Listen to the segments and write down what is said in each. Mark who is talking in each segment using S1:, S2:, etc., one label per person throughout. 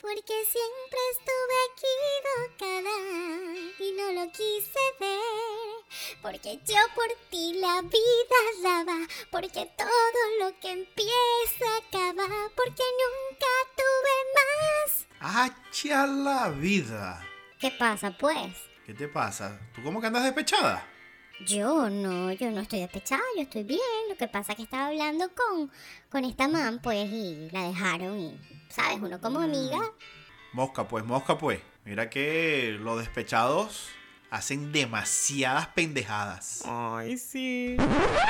S1: porque siempre estuve equivocada y no lo quise ver. Porque yo por ti la vida daba, porque todo lo que empieza acaba, porque nunca tuve más.
S2: ¡Hacha la vida!
S1: ¿Qué pasa pues?
S2: ¿Qué te pasa? ¿Tú cómo que andas despechada?
S1: Yo no, yo no estoy despechada, yo estoy bien. Lo que pasa es que estaba hablando con, con esta man, pues, y la dejaron y, ¿sabes? Uno como amiga.
S2: Mosca pues, mosca pues. Mira que los despechados hacen demasiadas pendejadas.
S3: Ay, sí.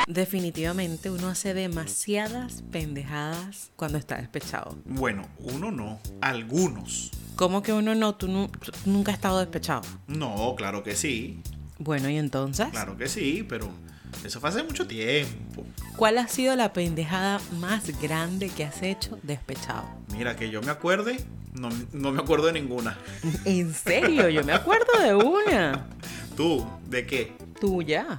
S4: Definitivamente uno hace demasiadas pendejadas cuando está despechado.
S2: Bueno, uno no, algunos.
S4: ¿Cómo que uno no? Tú, nu- tú nunca has estado despechado.
S2: No, claro que sí,
S4: Bueno, ¿y entonces?
S2: claro que sí, pero eso fue hace mucho tiempo.
S4: ¿Cuál ha sido la pendejada más grande que has hecho despechado?
S2: Mira, que yo me acuerde, no, no me acuerdo de ninguna.
S4: En serio, yo me acuerdo de una
S2: ¿Tú? ¿De qué?
S4: tuya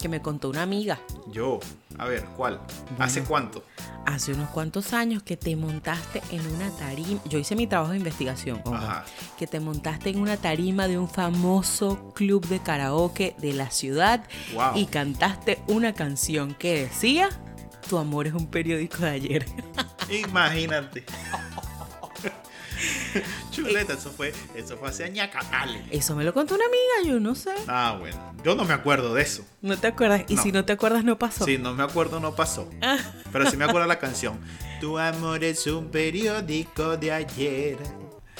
S4: que me contó una amiga
S2: Yo. A ver, ¿cuál? ¿Hace cuánto?
S4: hace unos cuantos años que te montaste en una tarima. Yo hice mi trabajo de investigación. ojo.
S2: Ajá.
S4: Que te montaste en una tarima de un famoso club de karaoke de la ciudad
S2: Wow.
S4: y cantaste una canción que decía: Tu amor es un periódico de ayer.
S2: Imagínate. Chuleta, eso fue, eso fue hace añacatales.
S4: Eso me lo contó una amiga, yo no sé.
S2: Ah, bueno. Yo no me acuerdo de eso.
S4: No te acuerdas. Y
S2: No.
S4: si no te acuerdas, no pasó.
S2: Si no me acuerdo, no pasó. Pero sí me acuerdo la canción. Tu amor es un periódico de ayer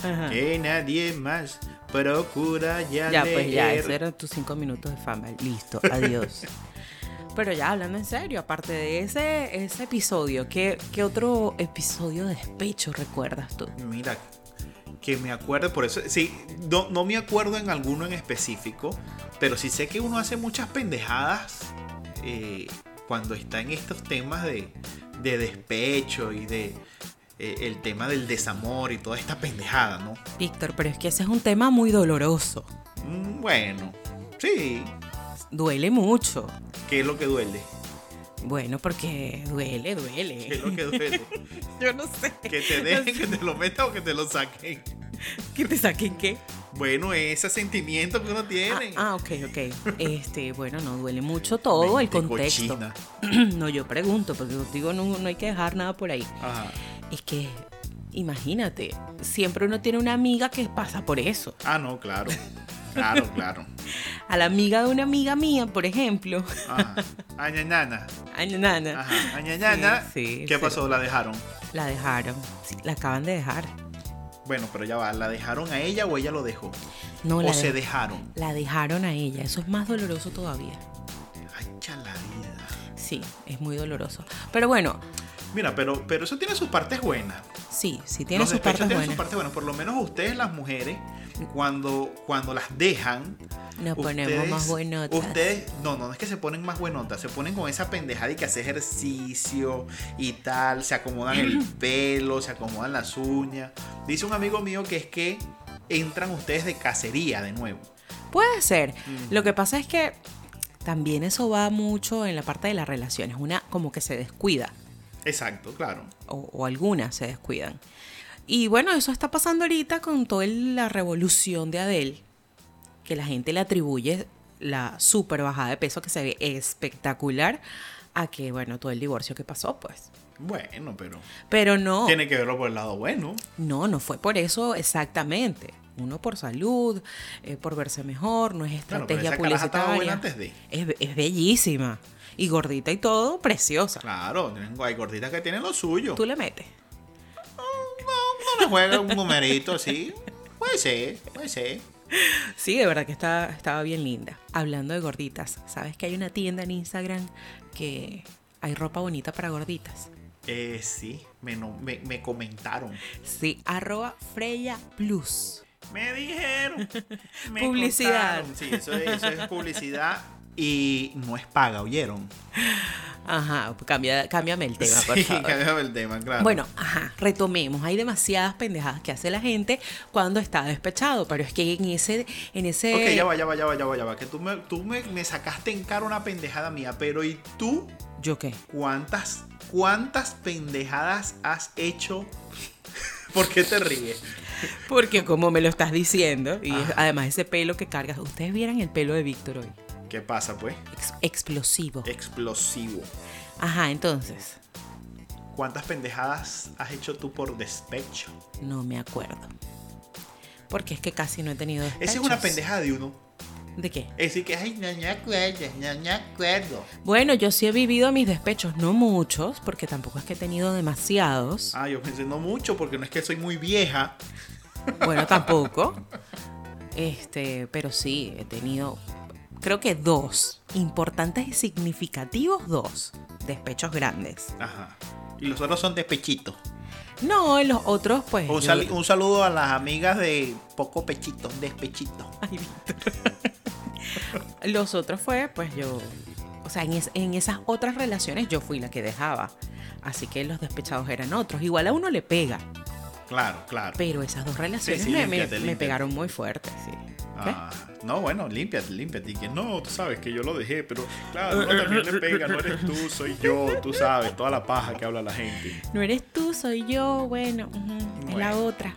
S4: Ajá.
S2: que nadie más procura ya,
S4: Ya, pues ya,
S2: leer.
S4: esos eran tus cinco minutos de fama. Listo, adiós. Pero ya, hablando en serio, aparte de ese, ese episodio, ¿qué, qué otro episodio de despecho recuerdas tú?
S2: Mira, que me acuerde por eso. Sí, no, no me acuerdo en alguno en específico, pero sí sé que uno hace muchas pendejadas eh, cuando está en estos temas de, de despecho y de eh, el tema del desamor y toda esta pendejada, ¿no?
S4: Víctor, pero es que ese es un tema muy doloroso.
S2: Mm, Bueno, sí,
S4: Duele mucho.
S2: ¿qué es lo que duele?
S4: Bueno, porque duele,
S2: ¿Qué es
S4: duele.
S2: lo que duele?
S4: Yo no sé.
S2: Que te dejen, que te lo metan o que te lo saquen.
S4: ¿Que te saquen qué?
S2: Bueno, ese sentimiento que uno
S4: Ah,
S2: tiene.
S4: ah, ok, ok. Este, bueno, no, duele mucho todo el
S2: Mente
S4: contexto.
S2: cochina.
S4: No, yo pregunto, porque contigo no, no hay que dejar nada por ahí.
S2: Ajá.
S4: Es que, imagínate, siempre uno tiene una amiga que pasa por eso.
S2: Ah, no, claro. Claro, claro.
S4: A la amiga de una amiga mía, por ejemplo.
S2: Ajá. Añanana.
S4: Ay, nana.
S2: Ajá. Añanana.
S4: Sí, sí,
S2: ¿Qué
S4: sí.
S2: pasó? La dejaron.
S4: La dejaron. Sí, la acaban de dejar.
S2: Bueno, pero ya va. ¿La dejaron a ella o ella lo dejó?
S4: No, la,
S2: o se
S4: de-
S2: dejaron.
S4: la dejaron a ella. Eso es más doloroso todavía.
S2: Hacha la vida.
S4: Sí, es muy doloroso. Pero bueno,
S2: Mira, pero, pero eso tiene sus partes buenas.
S4: sí, sí tiene
S2: los
S4: sus
S2: despechos
S4: partes
S2: tienen
S4: buenas.
S2: sus partes buenas. Por lo menos ustedes, las mujeres, cuando, cuando las dejan.
S4: Nos ponemos más buenotas.
S2: Ustedes, no, no, no es que se ponen más buenotas, se ponen con esa pendejada y que hace ejercicio y tal, se acomodan el pelo, se acomodan las uñas. Dice un amigo mío que es que entran ustedes de cacería de nuevo.
S4: Puede ser.
S2: Ujú.
S4: Lo que pasa es que también eso va mucho en la parte de las relaciones. Una como que se descuida.
S2: Exacto, claro.
S4: o, o algunas se descuidan. Y bueno, eso está pasando ahorita con toda el- la revolución de Adele, que la gente le atribuye la super bajada de peso que se ve espectacular a que, bueno, todo el divorcio que pasó, pues.
S2: Bueno, pero
S4: Pero no,
S2: tiene que verlo por el lado bueno.
S4: no, no fue por eso exactamente. Uno por salud, eh, por verse mejor, no es
S2: Claro, pero
S4: estrategia
S2: esa caraja estaba buena
S4: publicitaria.
S2: antes de.
S4: Es, be- es bellísima y gordita y todo, preciosa.
S2: Claro, tienen- hay gorditas que tienen lo suyo.
S4: Tú le metes.
S2: No le juega un numerito así. Puede ser, puede ser.
S4: Sí, de verdad que estaba, estaba bien linda. Hablando de gorditas, ¿sabes que hay una tienda en Instagram que hay ropa bonita para gorditas?
S2: Eh, sí, me, no- me, me comentaron.
S4: Sí, arroba Freya Plus.
S2: Me dijeron. me
S4: Publicidad.
S2: contaron. Sí, eso es, eso es publicidad y no es paga, ¿oyeron?
S4: Ajá, cambia, cámbiame el tema, por
S2: sí,
S4: favor.
S2: cambiamos el tema, claro.
S4: Bueno, ajá, retomemos. Hay demasiadas pendejadas que hace la gente cuando está despechado, pero es que en ese, en ese.
S2: Ok, ya va, ya va, ya va, ya va, ya va. Que tú me, tú me, me sacaste en cara una pendejada mía, pero ¿y tú
S4: ¿Yo qué?
S2: cuántas, cuántas pendejadas has hecho? ¿Por qué te ríes?
S4: Porque como me lo estás diciendo, y es- además ese pelo que cargas, ustedes vieran el pelo de Víctor hoy.
S2: ¿Qué pasa, pues?
S4: Ex- explosivo.
S2: Eh. Explosivo.
S4: Ajá, entonces,
S2: ¿Cuántas pendejadas has hecho tú por despecho?
S4: no me acuerdo. Porque es que casi no he tenido
S2: Esa es una
S4: despechos.
S2: pendejada de uno.
S4: ¿De qué?
S2: Es decir, que, ay, no me acuerdo, no me acuerdo.
S4: Bueno, yo sí he vivido mis despechos, no muchos, porque tampoco es que he tenido demasiados.
S2: Ah, yo pensé, no mucho, porque no es que soy muy vieja.
S4: Bueno, tampoco. Este, pero sí, he tenido, creo que dos, importantes y significativos dos, despechos grandes.
S2: Ajá. Y los otros son despechitos.
S4: No, en los otros, pues...
S2: Un,
S4: yo-
S2: sal- un saludo a las amigas de Poco Pechito, Despechito.
S4: Ay, Víctor. Los otros fue, pues yo, o sea, en, es- en esas otras relaciones yo fui la que dejaba. Así que los despechados eran otros. Igual a uno le pega,
S2: Claro, claro.
S4: pero esas dos relaciones
S2: Sí, sí,
S4: me, me-
S2: límpiate,
S4: me
S2: límpiate.
S4: pegaron muy fuerte. Sí. ¿Ves?
S2: Ah, no, bueno, límpiate, límpiate. Y que no, tú sabes que yo lo dejé, pero claro, uno también le pega, no eres tú, soy yo, tú sabes, toda la paja que habla la gente.
S4: No eres tú, soy yo, bueno, ujú, es la
S2: Bueno.
S4: otra.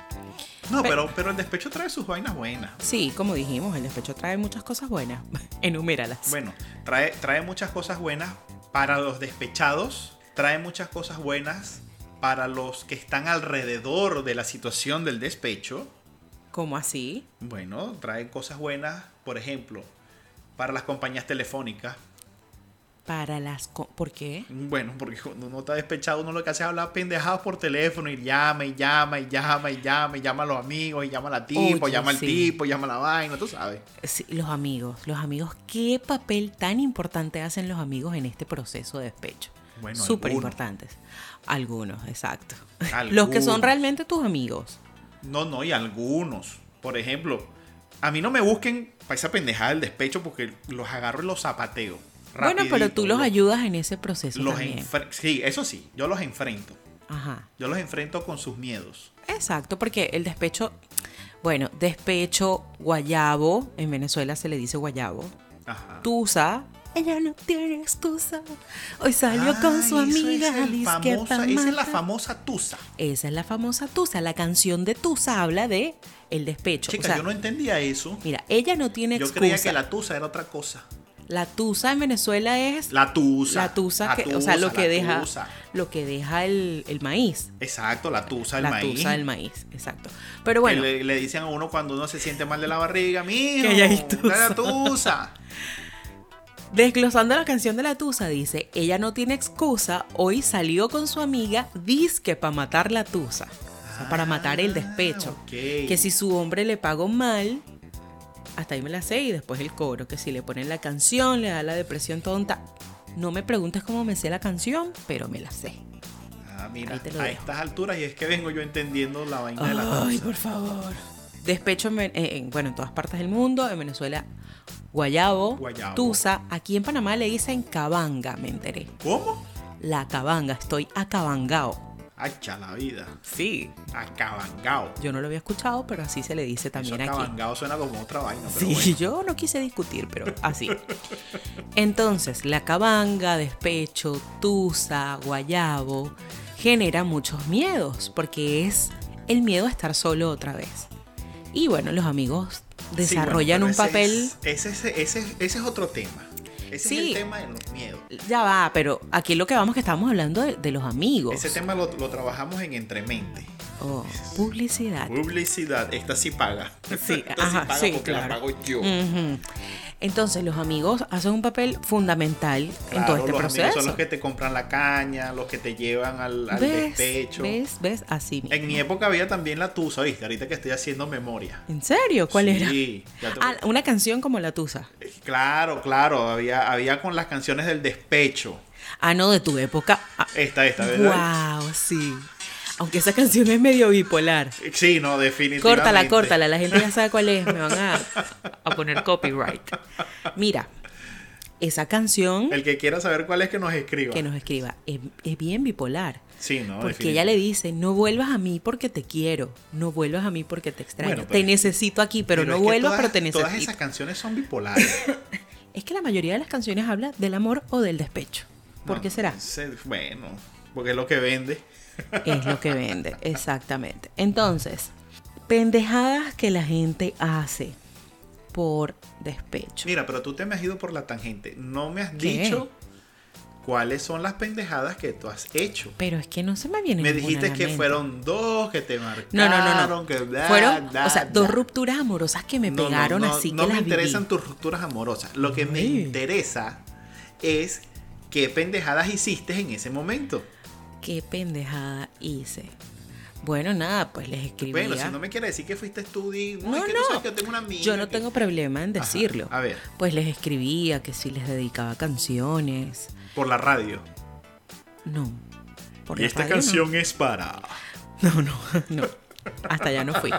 S2: No,
S4: Pe-
S2: pero, pero el despecho trae sus vainas buenas.
S4: Sí, como dijimos, el despecho trae muchas cosas buenas. Enuméralas.
S2: Bueno, trae, trae muchas cosas buenas para los despechados, trae muchas cosas buenas para los que están alrededor de la situación del despecho.
S4: ¿Cómo así?
S2: Bueno, trae cosas buenas, por ejemplo, para las compañías telefónicas.
S4: Para las... co- ¿Por qué?
S2: Bueno, porque cuando uno está despechado, uno lo que hace es hablar pendejadas por teléfono y llama y llama y llama y llama y llama a los amigos y llama a la tipo,
S4: Oye,
S2: llama al
S4: sí.
S2: tipo, llama a la vaina, tú sabes.
S4: Sí, los amigos, los amigos, ¿qué papel tan importante hacen los amigos en este proceso de despecho?
S2: Bueno,
S4: Súper
S2: algunos.
S4: importantes. Algunos, exacto. Los que
S2: Algunos.
S4: son realmente tus amigos.
S2: No, no, y algunos. Por ejemplo, a mí no me busquen para esa pendejada del despecho porque los agarro y los zapateo.
S4: bueno, pero tú
S2: rapidito,
S4: los
S2: los-
S4: ayudas en ese proceso
S2: Los
S4: también.
S2: enfre- sí, eso sí, yo los enfrento.
S4: Ajá.
S2: Yo los enfrento con sus miedos.
S4: Exacto, porque el despecho, bueno, despecho, guayabo, en Venezuela se le dice guayabo.
S2: Ajá.
S4: Tusa, ella no tiene excusa. Hoy salió
S2: Ah,
S4: con su
S2: eso es
S4: amiga
S2: el
S4: dizque
S2: famosa-
S4: pa'
S2: Esa es la
S4: matar.
S2: famosa tusa.
S4: Esa es la famosa Tusa. La canción de Tusa habla de el despecho.
S2: Chica,
S4: O sea,
S2: yo no entendía eso.
S4: Mira, ella no tiene
S2: Yo
S4: excusa.
S2: creía que la tusa era otra cosa.
S4: La Tusa en Venezuela es
S2: La tusa.
S4: la Tusa,
S2: la
S4: que, o sea, lo
S2: tusa, la
S4: que deja,
S2: tusa.
S4: lo que deja el, el maíz.
S2: Exacto, la tusa del
S4: la
S2: maíz.
S4: Tusa del maíz, exacto. Pero
S2: Bueno,
S4: bueno,
S2: le, le dicen a uno cuando uno se siente mal de la barriga, mijo,
S4: Que ya hay
S2: dale la tusa.
S4: desglosando la canción de la Tusa, dice, ella no tiene excusa, hoy salió con su amiga, disque para matar la Tusa. O sea, para matar el
S2: Ah,
S4: despecho.
S2: ok.
S4: que si su hombre le pagó mal, hasta ahí me la sé y después el coro, que si le ponen la canción, le da la depresión tonta. No me preguntes cómo me sé la canción, pero me la sé.
S2: Ah, mira,
S4: Ahí te lo
S2: a
S4: dejo.
S2: estas alturas y es que vengo yo entendiendo la vaina de la
S4: Ay,
S2: tusa.
S4: por favor. Despecho en, Ven- eh, en- bueno, en todas partes del mundo, en Venezuela, guayabo,
S2: Guayabo.
S4: tusa, aquí en Panamá le dicen cabanga, me enteré.
S2: ¿Cómo?
S4: La cabanga, estoy acabangao.
S2: Hacha la vida.
S4: Sí.
S2: Acabangao.
S4: Yo no lo había escuchado, pero así se le dice también
S2: Eso
S4: aquí.
S2: acabangao suena como otra vaina, pero
S4: Sí,
S2: bueno.
S4: yo no quise discutir, pero así. Entonces, la cabanga, despecho, tusa, guayabo, genera muchos miedos, porque es el miedo a estar solo otra vez. Y bueno, los amigos
S2: Sí, bueno,
S4: desarrollan
S2: pero
S4: un
S2: ese
S4: papel...
S2: es- Ese es, ese, es- ese es otro tema. Ese es
S4: Sí.
S2: el tema de los miedos.
S4: Ya va, pero aquí lo que vamos que estamos hablando de, de los amigos.
S2: Ese tema lo, lo trabajamos en Entremente.
S4: Oh, publicidad.
S2: Publicidad, esta sí paga.
S4: Ah. Sí,
S2: esta sí
S4: ajá,
S2: paga
S4: sí,
S2: porque la
S4: claro.
S2: pago yo.
S4: Ujú. Entonces, los amigos hacen un papel fundamental en
S2: Claro,
S4: todo este
S2: los amigos
S4: proceso.
S2: son los que te compran la caña, los que te llevan al, al
S4: ¿Ves?
S2: despecho.
S4: ¿Ves? ¿Ves? Así mismo.
S2: En mi época había también la tusa, ¿viste? Ahorita que estoy haciendo memoria.
S4: ¿En serio? ¿Cuál era?
S2: Sí, ya te- eh,
S4: Ah, una canción como La Tusa.
S2: Claro, claro, había, había con las canciones del despecho.
S4: Ah, no, de tu época. Ah,
S2: Esta, esta, ¿verdad?
S4: wow, sí. Aunque esa canción es medio bipolar.
S2: Eh, Sí, no, definitivamente.
S4: Córtala, córtala, la gente ya sabe cuál es, me van a, a poner copyright. Mira, esa canción
S2: El que quiera saber cuál es que nos escriba.
S4: que nos escriba es, es bien bipolar.
S2: Sí, no,
S4: Porque ella le
S2: definitivamente.
S4: dice, no vuelvas a mí porque te quiero, no vuelvas a mí porque te extraño,
S2: Bueno, pero-
S4: te necesito aquí, pero,
S2: es
S4: no
S2: que
S4: vuelvas,
S2: todas-
S4: pero te necesito.
S2: Todas esas canciones son bipolares.
S4: Es que la mayoría de las canciones habla del amor o del despecho. ¿Por
S2: No,
S4: qué será?
S2: sé, Bueno, porque es lo que vende.
S4: Es lo que vende, exactamente. Entonces, Pendejadas que la gente hace por despecho.
S2: Mira, pero tú te me has ido por la tangente. No me has
S4: ¿Qué?
S2: dicho cuáles son las pendejadas que tú has hecho.
S4: Pero es que no se me viene
S2: Me
S4: ninguna a
S2: dijiste
S4: la
S2: que
S4: mente.
S2: fueron dos que te marcaron.
S4: No, no, no, no.
S2: que bla,
S4: Fueron,
S2: bla,
S4: o sea, dos
S2: bla.
S4: rupturas amorosas que me
S2: No, no,
S4: pegaron
S2: no,
S4: así
S2: no
S4: que
S2: me
S4: las viví.
S2: interesan tus rupturas amorosas. Lo que me
S4: Ay.
S2: interesa es qué pendejadas hiciste en ese momento.
S4: Qué pendejada hice. Bueno, nada, pues les escribía.
S2: Bueno, si no me quiere decir que fuiste tú, di, no,
S4: No,
S2: es que
S4: no.
S2: sabes que yo tengo una amiga
S4: Yo no
S2: que-".
S4: tengo problema en
S2: Ajá,
S4: decirlo.
S2: A ver,
S4: Pues les escribía que si les dedicaba canciones.
S2: por la radio.
S4: No. Por
S2: y
S4: la
S2: esta
S4: radio no.
S2: canción es para.
S4: No, no, no. Hasta allá no fui.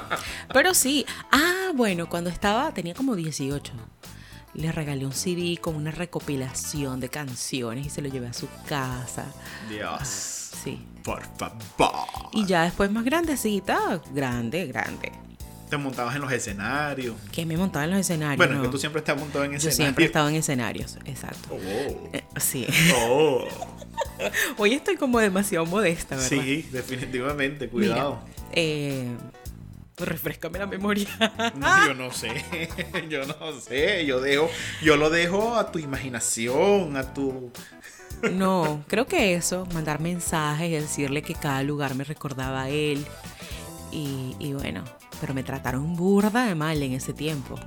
S4: Pero sí. Ah, bueno, cuando estaba, tenía como 18. Le regalé un CD con una recopilación de canciones y se lo llevé a su casa.
S2: Dios.
S4: Sí.
S2: Por favor.
S4: Y ya después más grandecita, grande, grande.
S2: Te montabas en los escenarios.
S4: Que me montaba en los escenarios.
S2: bueno,
S4: Ah, ¿no?
S2: es que tú siempre estás montado en
S4: Yo
S2: escenarios.
S4: siempre he estado en escenarios, exacto.
S2: Oh,
S4: Eh, Sí.
S2: oh.
S4: Hoy estoy como demasiado modesta, ¿verdad?
S2: sí, definitivamente,
S4: Mira,
S2: cuidado.
S4: eh, refrescame la memoria.
S2: No, yo no sé, yo no sé, yo dejo, yo lo dejo a tu imaginación, a tu...
S4: No, creo que eso, mandar mensajes y decirle que cada lugar me recordaba a él. Y, y bueno, pero me trataron burda de mal en ese tiempo.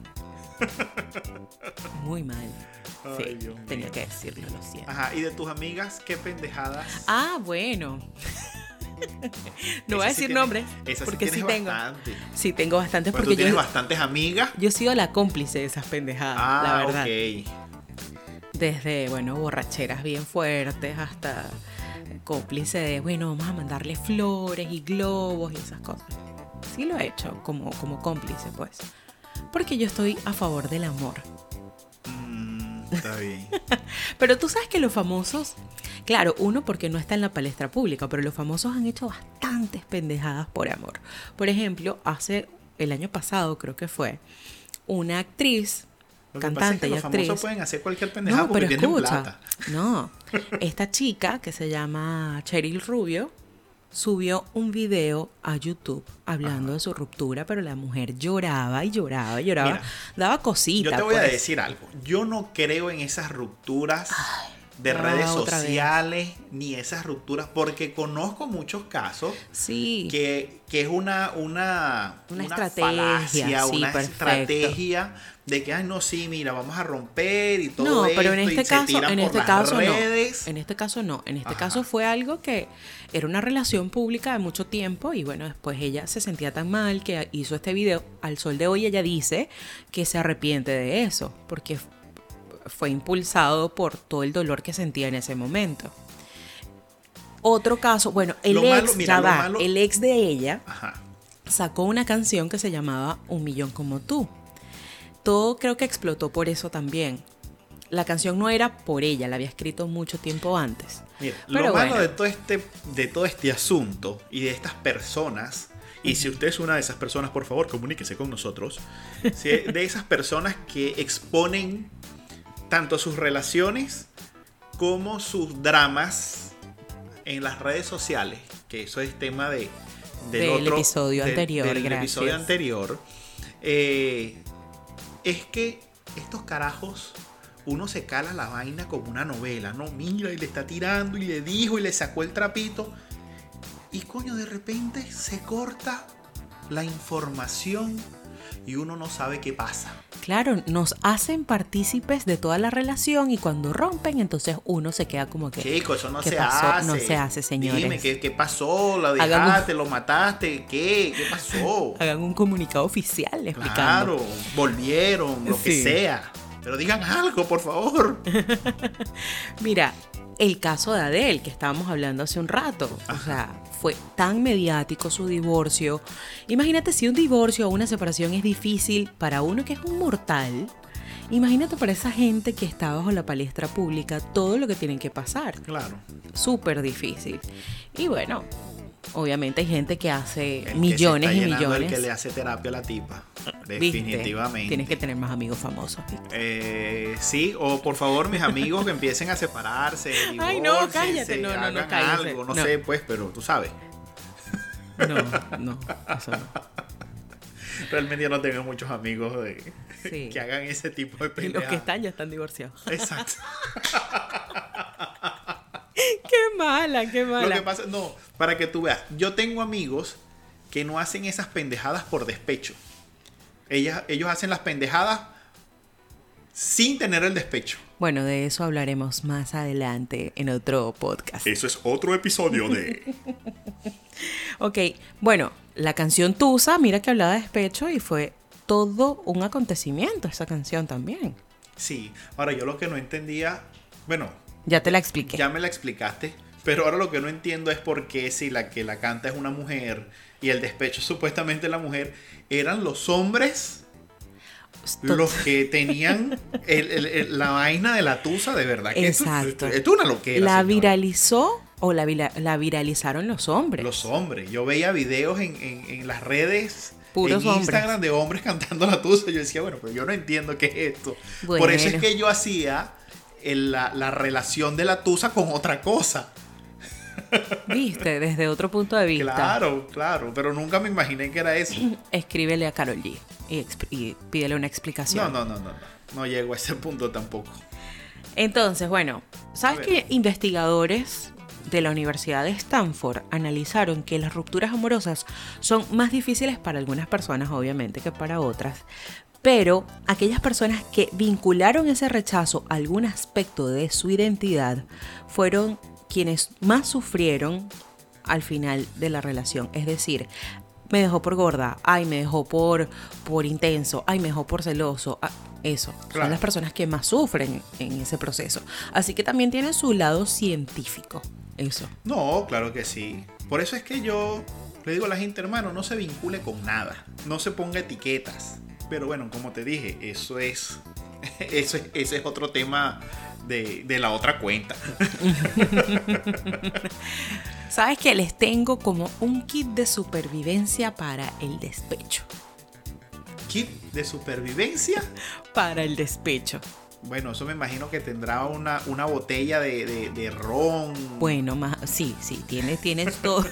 S4: Muy mal.
S2: Ay,
S4: Sí,
S2: Dios mío.
S4: tenía que decirlo, lo siento.
S2: Ajá, y de tus amigas, qué pendejadas.
S4: Ah, bueno. No voy a
S2: Esas sí
S4: decir
S2: tienes-
S4: nombres,
S2: esas
S4: porque sí
S2: tienes
S4: tengo.
S2: bastante. Bueno,
S4: Sí, tengo bastantes
S2: tú
S4: porque
S2: tienes
S4: yo,
S2: bastantes amigas.
S4: yo he sido la cómplice de esas pendejadas,
S2: Ah,
S4: la verdad.
S2: ok.
S4: Desde, bueno, borracheras bien fuertes hasta cómplice de, bueno, vamos a mandarle flores y globos y esas cosas. Sí lo he hecho como, como cómplice, pues. Porque yo estoy a favor del amor.
S2: Mm, está bien.
S4: Pero tú sabes que los famosos, claro, uno porque no está en la palestra pública, pero los famosos han hecho bastantes pendejadas por amor. Por ejemplo, hace el año pasado creo que fue una actriz,
S2: Lo que pasa es
S4: cantante
S2: que
S4: y
S2: los
S4: actriz.
S2: famosos pueden hacer cualquier pendejada
S4: no,
S2: porque
S4: pero
S2: tienen
S4: escucha,
S2: plata.
S4: no, esta chica que se llama Cheryl Rubio subió un video a YouTube hablando de su ruptura, pero la mujer lloraba y lloraba y lloraba,
S2: Mira,
S4: daba cositas. pues.
S2: Yo te voy a decir algo. Yo no creo en esas rupturas de
S4: ah,
S2: redes
S4: otra vez.
S2: sociales ni esas rupturas porque conozco muchos casos
S4: Sí.
S2: que, que es una una
S4: Una estrategia, sí,
S2: una
S4: perfecto.
S2: estrategia de que ay no sí, mira, vamos a romper y todo
S4: No, pero en
S2: esto", y
S4: este
S2: se
S4: caso,
S2: tiran
S4: en
S2: por
S4: este
S2: las
S4: caso
S2: redes.
S4: no. En este caso no. En este
S2: Ajá.
S4: caso fue algo que era una relación pública de mucho tiempo y bueno, después ella se sentía tan mal que hizo este video. Al sol de hoy ella dice que se arrepiente de eso porque f- fue impulsado por todo el dolor que sentía en ese momento. Otro caso, bueno, el
S2: Lo
S4: ex,
S2: malo- mira,
S4: ya
S2: lo
S4: va,
S2: malo-
S4: el ex de ella
S2: Ajá.
S4: sacó una canción que se llamaba Un Millón como tú. Todo creo que explotó por eso también. La canción no era por ella, la había escrito mucho tiempo antes.
S2: Mira,
S4: Pero
S2: lo malo
S4: bueno.
S2: de todo este de todo este asunto y de estas personas y si usted es una de esas personas, por favor, comuníquese con nosotros. si es de esas personas que exponen tanto sus relaciones como sus dramas en las redes sociales, que eso es tema de, del,
S4: Del
S2: otro-
S4: episodio anterior,
S2: del
S4: gracias.
S2: episodio anterior. Eh, es que estos carajos, uno se cala la vaina como una novela, ¿no? Mira, y le está tirando, y le dijo, y le sacó el trapito. Y coño, de repente se corta la información y uno no sabe qué pasa.
S4: Claro, nos hacen partícipes de toda la relación y cuando rompen, entonces uno se queda como que...
S2: Chico, eso no
S4: ¿Qué
S2: se
S4: pasó?
S2: hace.
S4: No se hace, señores.
S2: Dime, ¿qué, qué pasó? ¿La
S4: Hagan un-
S2: dejaste? ¿Lo mataste? ¿Qué? ¿Qué pasó?
S4: Hagan un comunicado oficial explicando.
S2: Claro, volvieron, lo que
S4: Sí.
S2: sea. Pero digan algo, por favor.
S4: Mira, el caso de Adele, que estábamos hablando hace un rato, o sea, fue tan mediático su divorcio. Imagínate si un divorcio o una separación es difícil para uno que es un mortal. Imagínate para esa gente que está bajo la palestra pública todo lo que tienen que pasar.
S2: Claro.
S4: Súper difícil. Y bueno, obviamente hay gente que hace
S2: El que
S4: millones
S2: se
S4: y
S2: está llenando El
S4: millones.
S2: que le hace terapia a la tipa.
S4: ¿Viste?
S2: Definitivamente.
S4: Tienes que tener más amigos famosos. ¿viste?
S2: Eh, sí, o por favor, mis amigos que empiecen a separarse.
S4: Ay, no,
S2: divórciense,
S4: cállate, no, no, no,
S2: hagan
S4: cállate.
S2: algo, no,
S4: No.
S2: sé, pues, pero tú sabes.
S4: No, no, eso no.
S2: Realmente yo no tengo muchos amigos de,
S4: Sí.
S2: que hagan ese tipo de
S4: Y los
S2: pendejadas.
S4: que están ya están divorciados.
S2: Exacto.
S4: qué mala, qué mala.
S2: Lo que pasa, no, para que tú veas, yo tengo amigos que no hacen esas pendejadas por despecho. Ellas, ellos hacen las pendejadas sin tener el despecho.
S4: Bueno, de eso hablaremos más adelante en otro podcast.
S2: Eso es otro episodio de...
S4: Ok, bueno, la canción Tusa, mira que hablaba de despecho y fue todo un acontecimiento esa canción también.
S2: Sí, ahora yo lo que no entendía, bueno,
S4: Ya te la expliqué.
S2: ya me la explicaste, pero ahora lo que no entiendo es por qué si la que la canta es una mujer y el despecho es supuestamente la mujer, eran los hombres
S4: To-
S2: los que tenían el- el- el- la vaina de la tusa, de verdad. que esto-
S4: Exacto.
S2: Esto, esto es una loquera.
S4: la
S2: señora.
S4: viralizó o la, vila- la viralizaron los hombres.
S2: Los hombres. Yo veía videos en, en- en las redes.
S4: Puros
S2: en
S4: hombres.
S2: Instagram de hombres cantando la tusa. Yo decía, bueno, pero yo no entiendo qué es esto. Por eso es
S4: Bueno.
S2: que yo hacía el- la, la relación de la tusa con otra cosa.
S4: Viste, desde otro punto de vista.
S2: Claro, claro. Pero nunca me imaginé que era eso.
S4: Escríbele a Carol G y, exp- y pídele una
S2: No,
S4: explicación.
S2: no, no, no. No, no llego a ese punto tampoco.
S4: Entonces, bueno,
S2: A
S4: ¿sabes
S2: ver.
S4: que investigadores de la Universidad de Stanford analizaron que las rupturas amorosas son más difíciles para algunas personas, obviamente, que para otras? Pero aquellas personas que vincularon ese rechazo a algún aspecto de su identidad fueron quienes más sufrieron al final de la relación. Es decir, me dejó por gorda, ay, me dejó por, por intenso, ay, me dejó por celoso, ah, eso.
S2: Claro.
S4: Son las personas que más sufren en ese proceso. Así que también tienen su lado científico. Eso.
S2: No, claro que sí. Por eso es que yo le digo a la gente, hermano, no se vincule con nada. No se ponga etiquetas. Pero bueno, como te dije, eso es. Eso es ese es otro tema de, de la otra cuenta.
S4: Sabes que les tengo como un kit de supervivencia para el despecho.
S2: Kit de supervivencia.
S4: Para el despecho.
S2: Bueno, eso me imagino que tendrá una, una botella de, de- de ron.
S4: Bueno, más, sí, sí, tienes, tienes todo.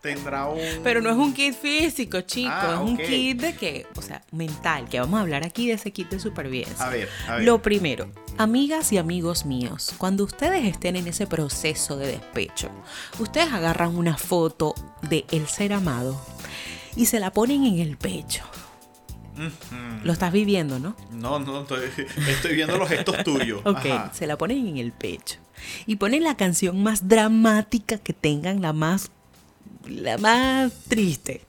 S2: Tendrá un.
S4: Pero no es un kit físico, chico.
S2: Ah,
S4: es un
S2: ok.
S4: kit de que, o sea, mental, que vamos a hablar aquí de ese kit de supervivencia.
S2: A ver, a ver.
S4: Lo primero, amigas y amigos míos, cuando ustedes estén en ese proceso de despecho, ustedes agarran una foto de el ser amado y se la ponen en el pecho. Lo estás viviendo, ¿no?
S2: No, no, estoy, estoy viendo los gestos tuyos.
S4: Ok,
S2: Ajá.
S4: se la ponen en el pecho. Y ponen la canción más dramática que tengan, la más la más triste.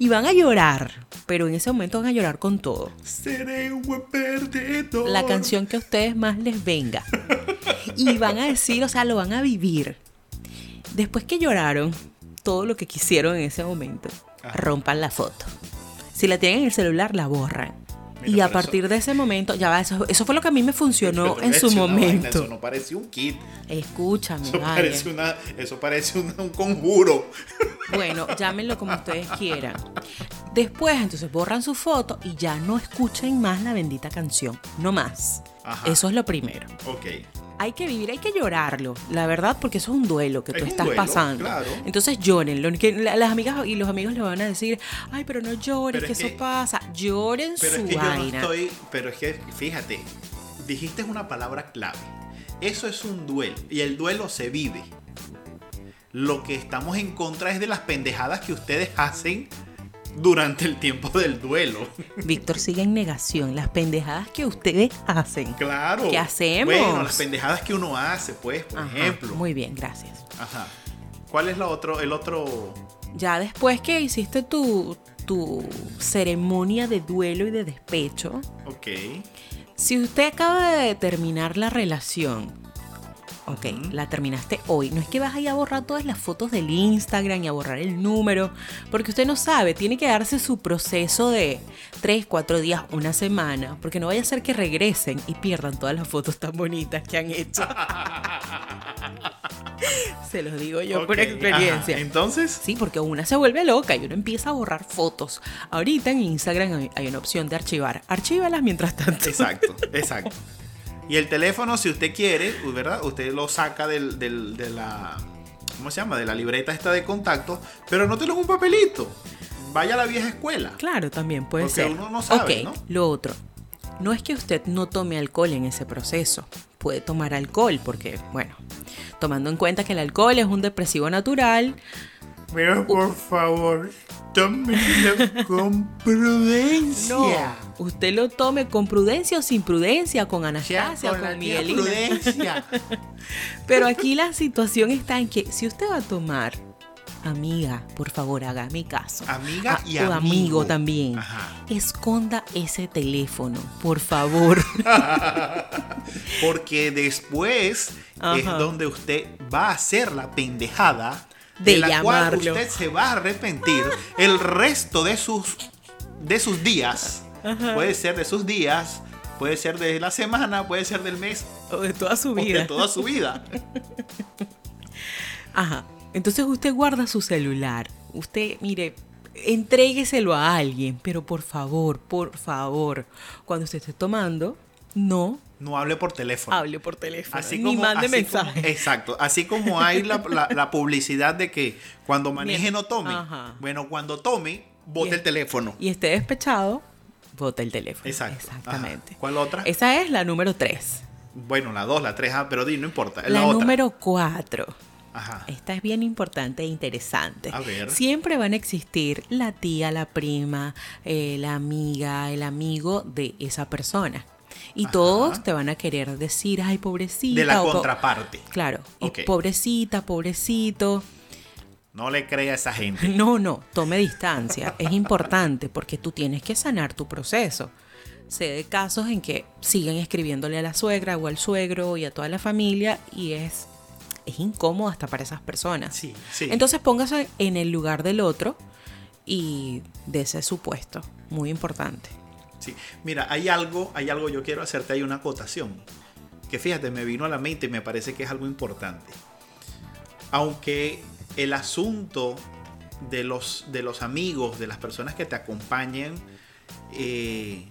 S4: Y van a llorar, pero en ese momento van a llorar con todo.
S2: Seré un buen perdedor.
S4: La canción que a ustedes más les venga. Y van a decir, o sea, lo van a vivir. Después que lloraron todo lo que quisieron en ese momento,
S2: Ajá.
S4: rompan la foto. Si la tienen en el celular, la borran.
S2: Mira,
S4: Y
S2: pero
S4: a
S2: eso-
S4: partir de ese momento, ya va, eso, eso fue lo que a mí me funcionó
S2: Pero
S4: en
S2: es
S4: su
S2: una vaina,
S4: momento.
S2: eso no parece un kit.
S4: Escúchame,
S2: Eso
S4: vale.
S2: parece, una, eso parece un, un conjuro.
S4: Bueno, llámenlo como ustedes quieran. Después, entonces borran su foto y ya no escuchen más la bendita canción. No más.
S2: Ajá.
S4: Eso es lo primero.
S2: Ok.
S4: Hay que vivir, hay que llorarlo, la verdad, porque eso es un duelo que
S2: Es
S4: tú
S2: un
S4: estás
S2: duelo,
S4: pasando.
S2: claro.
S4: Entonces lloren. lo que- la- las amigas y los amigos le van a decir, ay, pero no llores,
S2: Pero
S4: que
S2: es
S4: eso
S2: que-
S4: pasa. Lloren
S2: Pero
S4: su
S2: es que yo no
S4: vaina.
S2: estoy. Pero es que, fíjate, dijiste una palabra clave. Eso es un duelo. Y el duelo se vive. Lo que estamos en contra es de las pendejadas que ustedes hacen durante el tiempo del duelo.
S4: Víctor sigue en negación. Las pendejadas que ustedes hacen.
S2: Claro.
S4: ¿Qué hacemos?
S2: Bueno, las pendejadas que uno hace, pues, por
S4: Ajá,
S2: ejemplo.
S4: Muy bien, gracias.
S2: Ajá. ¿Cuál es la otro, el otro?
S4: Ya después que hiciste tu, tu ceremonia de duelo y de despecho,
S2: Ok.
S4: si usted acaba de terminar la relación, ok, la terminaste hoy, no es que vas a ir a borrar todas las fotos del Instagram y a borrar el número, porque usted no sabe, tiene que darse su proceso de 3, 4 días, una semana, porque no vaya a ser que regresen y pierdan todas las fotos tan bonitas que han hecho. Se los digo yo por
S2: Ok,
S4: experiencia.
S2: ajá. Entonces,
S4: Sí, porque una se vuelve loca y uno empieza a borrar fotos. Ahorita en Instagram hay- hay una opción de archivar. Archívalas mientras tanto.
S2: exacto, exacto. Y el teléfono, si usted quiere, pues, ¿verdad? Usted lo saca del, del- de la. ¿Cómo se llama? De la libreta esta de contacto, pero no en un papelito. vaya a la vieja escuela.
S4: Claro, también puede
S2: Porque
S4: ser.
S2: uno no sabe,
S4: ok,
S2: ¿no?
S4: lo otro. No es que usted no tome alcohol en ese proceso. Puede tomar alcohol porque, bueno, tomando en cuenta que el alcohol es un depresivo natural,
S2: Pero por favor, tómenlo con prudencia.
S4: no. Usted lo tome con prudencia o sin prudencia, con anastasia, con,
S2: la tía
S4: Miguelina.
S2: prudencia.
S4: Pero aquí la situación está en que si usted va a tomar, amiga, por favor, haga mi caso. Ah,
S2: Amiga y
S4: o amigo.
S2: amigo.
S4: también.
S2: Ajá.
S4: Esconda ese teléfono, por favor.
S2: Porque después es
S4: Ajá.
S2: donde usted va a hacer la pendejada
S4: De
S2: la cual
S4: llamarlo.
S2: usted se va a arrepentir el resto de sus de sus días. Puede ser de sus días, puede ser de la semana, puede ser del mes
S4: O de toda su
S2: o de
S4: vida.
S2: toda su vida.
S4: Ajá. Entonces usted guarda su celular. Usted, mire, entrégueselo a alguien. Pero por favor, por favor, cuando usted esté tomando, no
S2: No hable por teléfono.
S4: hable por teléfono.
S2: Así
S4: ni
S2: como-
S4: mande
S2: así
S4: mensajes.
S2: como- exacto. Así como hay la, la- la publicidad de que cuando maneje no tome.
S4: Ajá.
S2: Bueno, cuando tome, bote
S4: Bien.
S2: el teléfono.
S4: Y esté despechado, bota el teléfono.
S2: Exacto.
S4: Exactamente.
S2: Ajá. ¿Cuál otra?
S4: Esa es la número 3.
S2: Bueno, la 2, la 3, pero di, no importa. La,
S4: La,
S2: otra.
S4: número 4.
S2: Ajá.
S4: Esta es bien importante e interesante.
S2: A ver.
S4: Siempre van a existir la tía, la prima, eh, la amiga, el amigo de esa persona. Y
S2: Ajá.
S4: todos te van a querer decir, ay, pobrecita.
S2: De la
S4: o po-
S2: contraparte.
S4: Claro. y
S2: Ok.
S4: pobrecita, pobrecito.
S2: No le crea a esa gente.
S4: No, no, tome distancia. Es importante porque tú tienes que sanar tu proceso. Sé de casos en que siguen escribiéndole a la suegra o al suegro y a toda la familia y es, es incómodo hasta para esas personas.
S2: Sí, sí.
S4: Entonces póngase en el lugar del otro y de ese supuesto. Muy importante.
S2: Sí. Mira, hay algo, hay algo, yo quiero hacerte ahí una acotación. Que fíjate, me vino a la mente y me parece que es algo importante. Aunque el asunto de los, de los amigos, de las personas que te acompañen eh,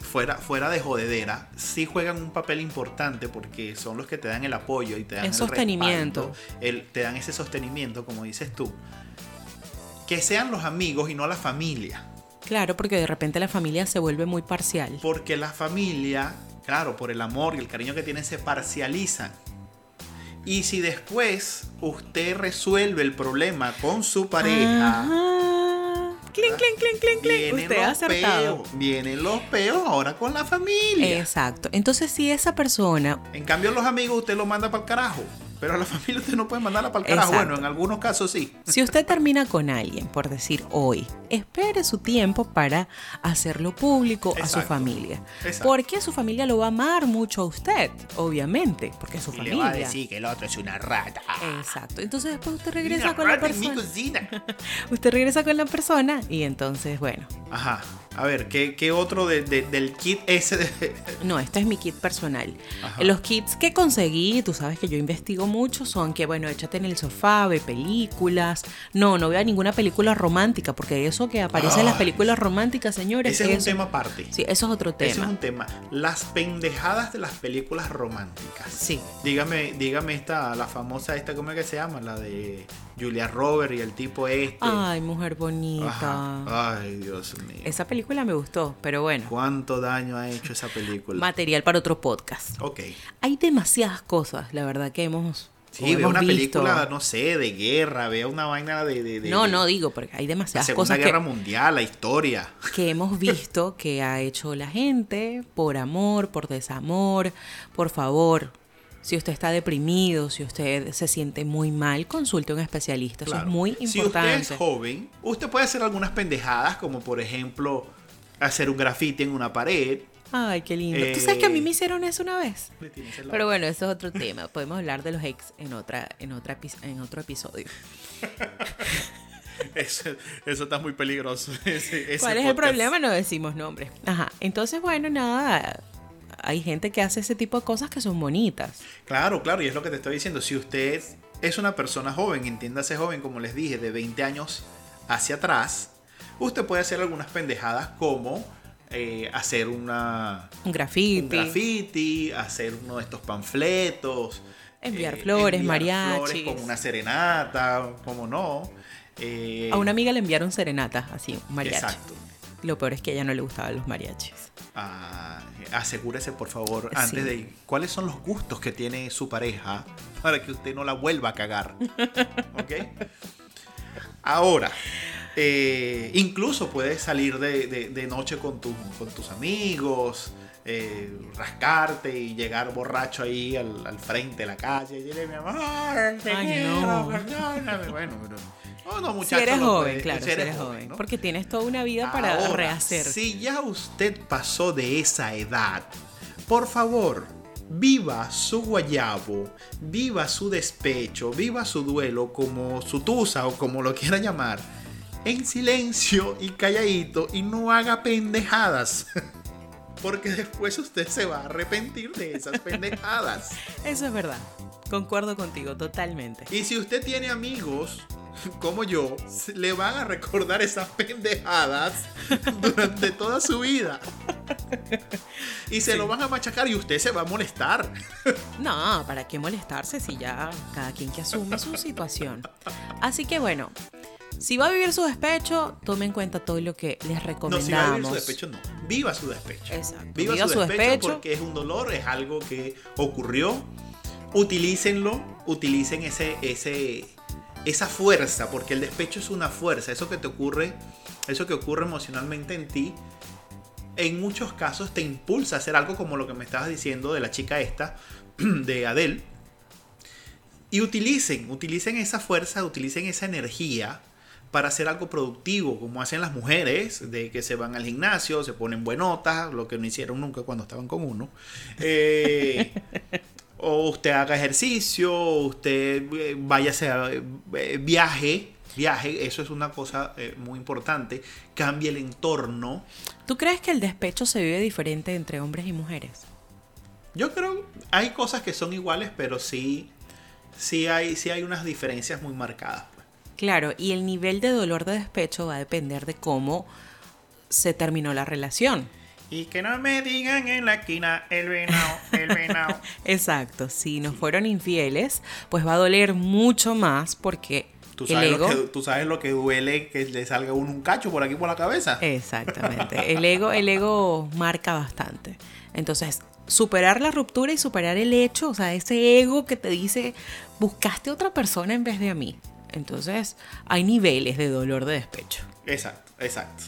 S2: fuera, fuera de jodedera, sí juegan un papel importante porque son los que te dan el apoyo y te dan
S4: El
S2: el
S4: sostenimiento.
S2: respaldo, el- te dan ese sostenimiento, como dices tú. Que sean los amigos y no la familia.
S4: Claro, porque de repente la familia se vuelve muy parcial.
S2: Porque la familia, claro, por el amor y el cariño que tienen, se parcializan. Y si después usted resuelve el problema con su pareja,
S4: Ajá. Clink, clink, clink, clink, clink.
S2: vienen
S4: Usted ha
S2: los
S4: acertado.
S2: peos. Vienen los peos ahora con la familia.
S4: Exacto. Entonces, si esa persona
S2: En cambio, los amigos usted los manda para el carajo. Pero a la familia usted no puede mandarla para el carajo.
S4: Exacto.
S2: Bueno, en algunos casos sí.
S4: Si usted termina con alguien, por decir hoy, espere su tiempo para hacerlo público a
S2: Exacto.
S4: su familia.
S2: Exacto.
S4: Porque su familia lo va a amar mucho a usted, obviamente, porque es su
S2: Y
S4: familia.
S2: le va a decir que el otro es una rata.
S4: Exacto. Entonces después usted
S2: Una
S4: regresa con la
S2: rata en mi
S4: persona.
S2: cocina.
S4: Usted regresa con la persona y entonces, bueno,
S2: Ajá. A ver, ¿qué, qué otro de- de- del kit ese de,
S4: no, este es mi kit personal.
S2: Ajá.
S4: Los kits que conseguí, tú sabes que yo investigo mucho, son que, bueno, échate en el sofá, ve películas. No, no vea ninguna película romántica, porque eso que aparece en las
S2: Ay.
S4: películas románticas, señores,
S2: Ese es un
S4: eso-
S2: tema aparte.
S4: Sí, eso es otro tema.
S2: Ese es un tema. Las pendejadas de las películas románticas.
S4: Sí.
S2: Dígame, dígame esta, la famosa esta, ¿cómo es que se llama? La de Julia Roberts y el tipo este.
S4: Ay, mujer
S2: Ajá.
S4: bonita.
S2: Ay, Dios mío.
S4: Esa película me gustó, pero bueno,
S2: ¿Cuánto daño ha hecho esa película?
S4: material para otro podcast.
S2: ok.
S4: Hay demasiadas cosas, la verdad, que hemos, o
S2: Sí, vea
S4: hemos
S2: una
S4: visto.
S2: película, no sé, de guerra, vea una vaina de... de, de-
S4: no,
S2: de
S4: no digo, porque hay
S2: La
S4: demasiadas
S2: Segunda
S4: cosas
S2: Guerra
S4: que,
S2: Mundial, la historia.
S4: que hemos visto que ha hecho la gente por amor, por desamor. Por favor, si usted está deprimido, si usted se siente muy mal, consulte a un especialista. Eso
S2: Claro.
S4: es muy
S2: Si usted
S4: importante.
S2: es joven, usted puede hacer algunas pendejadas, como por ejemplo hacer un grafiti en una pared.
S4: Ay, qué lindo. ¿Tú sabes que a mí
S2: Eh,
S4: me hicieron eso una vez?
S2: Le tienes el
S4: Pero bueno, eso es otro tema. Podemos hablar de los ex en otra, en otra epi- en otro episodio.
S2: Eso, eso está muy peligroso. ese- ese
S4: ¿Cuál es el
S2: podcast.
S4: problema? No decimos nombres. Ajá. Entonces, bueno, nada. Hay gente que hace ese tipo de cosas que son bonitas.
S2: Claro, claro, y es lo que te estoy diciendo. Si usted es una persona joven, entiéndase joven, como les dije, de 20 años hacia atrás, usted puede hacer algunas pendejadas como eh, hacer una,
S4: Un
S2: un
S4: graffiti.
S2: graffiti, hacer uno de estos panfletos. eh,
S4: Enviar flores,
S2: enviar flores
S4: mariachis.
S2: con una serenata, como no. Eh,
S4: A una amiga le enviaron serenata, así, un mariachi.
S2: Exacto.
S4: Lo peor es que a ella no le gustaban los mariachis.
S2: Ah, asegúrese, por favor, antes
S4: Sí.
S2: de cuáles son los gustos que tiene su pareja para que usted no la vuelva a cagar. ¿Ok? Ahora, eh, incluso puedes salir de, de- de noche con, tus- con tus amigos, eh, rascarte y llegar borracho ahí al, al frente de la calle. Y dile, mi amor, te
S4: Ay,
S2: quiero,
S4: no.
S2: perdóname". Bueno, pero. No, no,
S4: Si
S2: muchacho,
S4: eres
S2: no
S4: joven,
S2: puede-
S4: claro, si eres joven.
S2: ¿no?
S4: Porque tienes toda una vida para
S2: Ah, Ahora,
S4: rehacer.
S2: Si ya usted pasó de esa edad, por favor, viva su guayabo, viva su despecho, viva su duelo, como su tusa o como lo quiera llamar, en silencio y calladito y no haga pendejadas. Porque después usted se va a arrepentir de esas pendejadas.
S4: Eso es verdad. Concuerdo contigo totalmente.
S2: Y si usted tiene amigos como yo, se- le van a recordar esas pendejadas durante toda su vida. Y se lo van a machacar y usted se va a molestar.
S4: No, ¿para qué molestarse si ya cada quien que asume su situación? Así que bueno, si va a vivir su despecho, tome en cuenta todo lo que les
S2: No,
S4: recomendamos.
S2: si va a vivir su despecho, no. Viva su despecho.
S4: Exacto.
S2: Viva,
S4: Viva
S2: su,
S4: su
S2: despecho,
S4: despecho.
S2: porque es un dolor, es algo que ocurrió. Utilícenlo, utilicen ese, ese, esa fuerza, porque el despecho es una fuerza. Eso que te ocurre, eso que ocurre emocionalmente en ti, en muchos casos te impulsa a hacer algo como lo que me estabas diciendo de la chica esta, de Adele. Y utilicen, utilicen esa fuerza, utilicen esa energía para hacer algo productivo, como hacen las mujeres, de que se van al gimnasio, se ponen buenotas, lo que no hicieron nunca cuando estaban con uno. Eh, o usted haga ejercicio, o usted eh, váyase a eh, viaje, viaje, eso es una cosa eh, muy importante, cambie el entorno.
S4: ¿Tú crees que el despecho se vive diferente entre hombres y mujeres?
S2: Yo creo hay cosas que son iguales, pero sí, sí hay, sí hay unas diferencias muy marcadas. pues.
S4: Claro, y el nivel de dolor de despecho va a depender de cómo se terminó la relación.
S2: Y que no me digan en la esquina el venado, el venado.
S4: Exacto, si nos fueron infieles, pues va a doler mucho más porque
S2: ¿Tú
S4: el
S2: sabes,
S4: ego...
S2: lo que, tú sabes lo que duele que le salga a uno un cacho por aquí por la cabeza.
S4: Eh. Exactamente. El ego, el ego marca bastante. Entonces, superar la ruptura y superar el hecho, o sea, ese ego que te dice, buscaste otra persona en vez de a mí. Entonces, hay niveles de dolor de despecho.
S2: Exacto, exacto.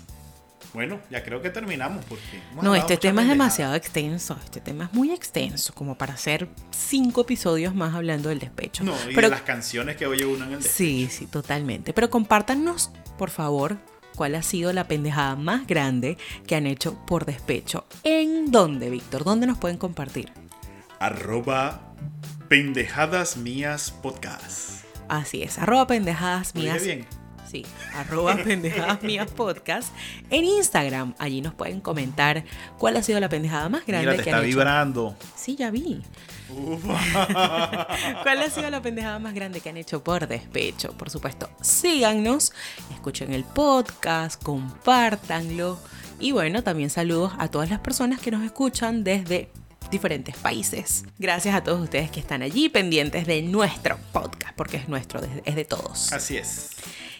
S2: Bueno, ya creo que terminamos porque hemos
S4: no,
S2: hablado
S4: este
S2: mucha
S4: tema es
S2: pendejada.
S4: demasiado extenso. Este tema es muy extenso, como para hacer cinco episodios más hablando del despecho.
S2: No, y de las canciones que oye uno en el de-
S4: Sí, sí, totalmente. Pero compártanos, por favor, cuál ha sido la pendejada más grande que han hecho por despecho. ¿En dónde, Víctor? ¿Dónde nos pueden compartir?
S2: Arroba pendejadas mías podcast.
S4: Así es, arroba pendejadas
S2: Lo dije
S4: mías.
S2: bien?
S4: Sí, arroba pendejadas mías podcast. En Instagram, allí nos pueden comentar cuál ha sido la pendejada más grande
S2: Mira, te
S4: que
S2: está
S4: han hecho.
S2: vibrando.
S4: Sí, ya vi. ¿Cuál ha sido la pendejada más grande que han hecho por despecho? Por supuesto, síganos, escuchen el podcast, compártanlo. Y bueno, también saludos a todas las personas que nos escuchan desde diferentes países. Gracias a todos ustedes que están allí pendientes de nuestro podcast, porque es nuestro, es de todos.
S2: Así es.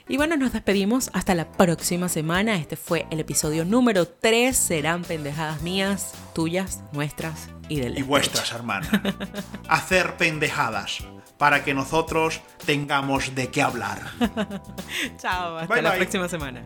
S4: Y bueno, nos despedimos hasta la próxima semana. Este fue el episodio número 3. Serán pendejadas mías, tuyas, nuestras y del
S2: y
S4: despecho.
S2: vuestras hermanas. Hacer pendejadas para que nosotros tengamos de qué hablar.
S4: Chao, hasta
S2: Bye,
S4: la
S2: bye.
S4: próxima semana.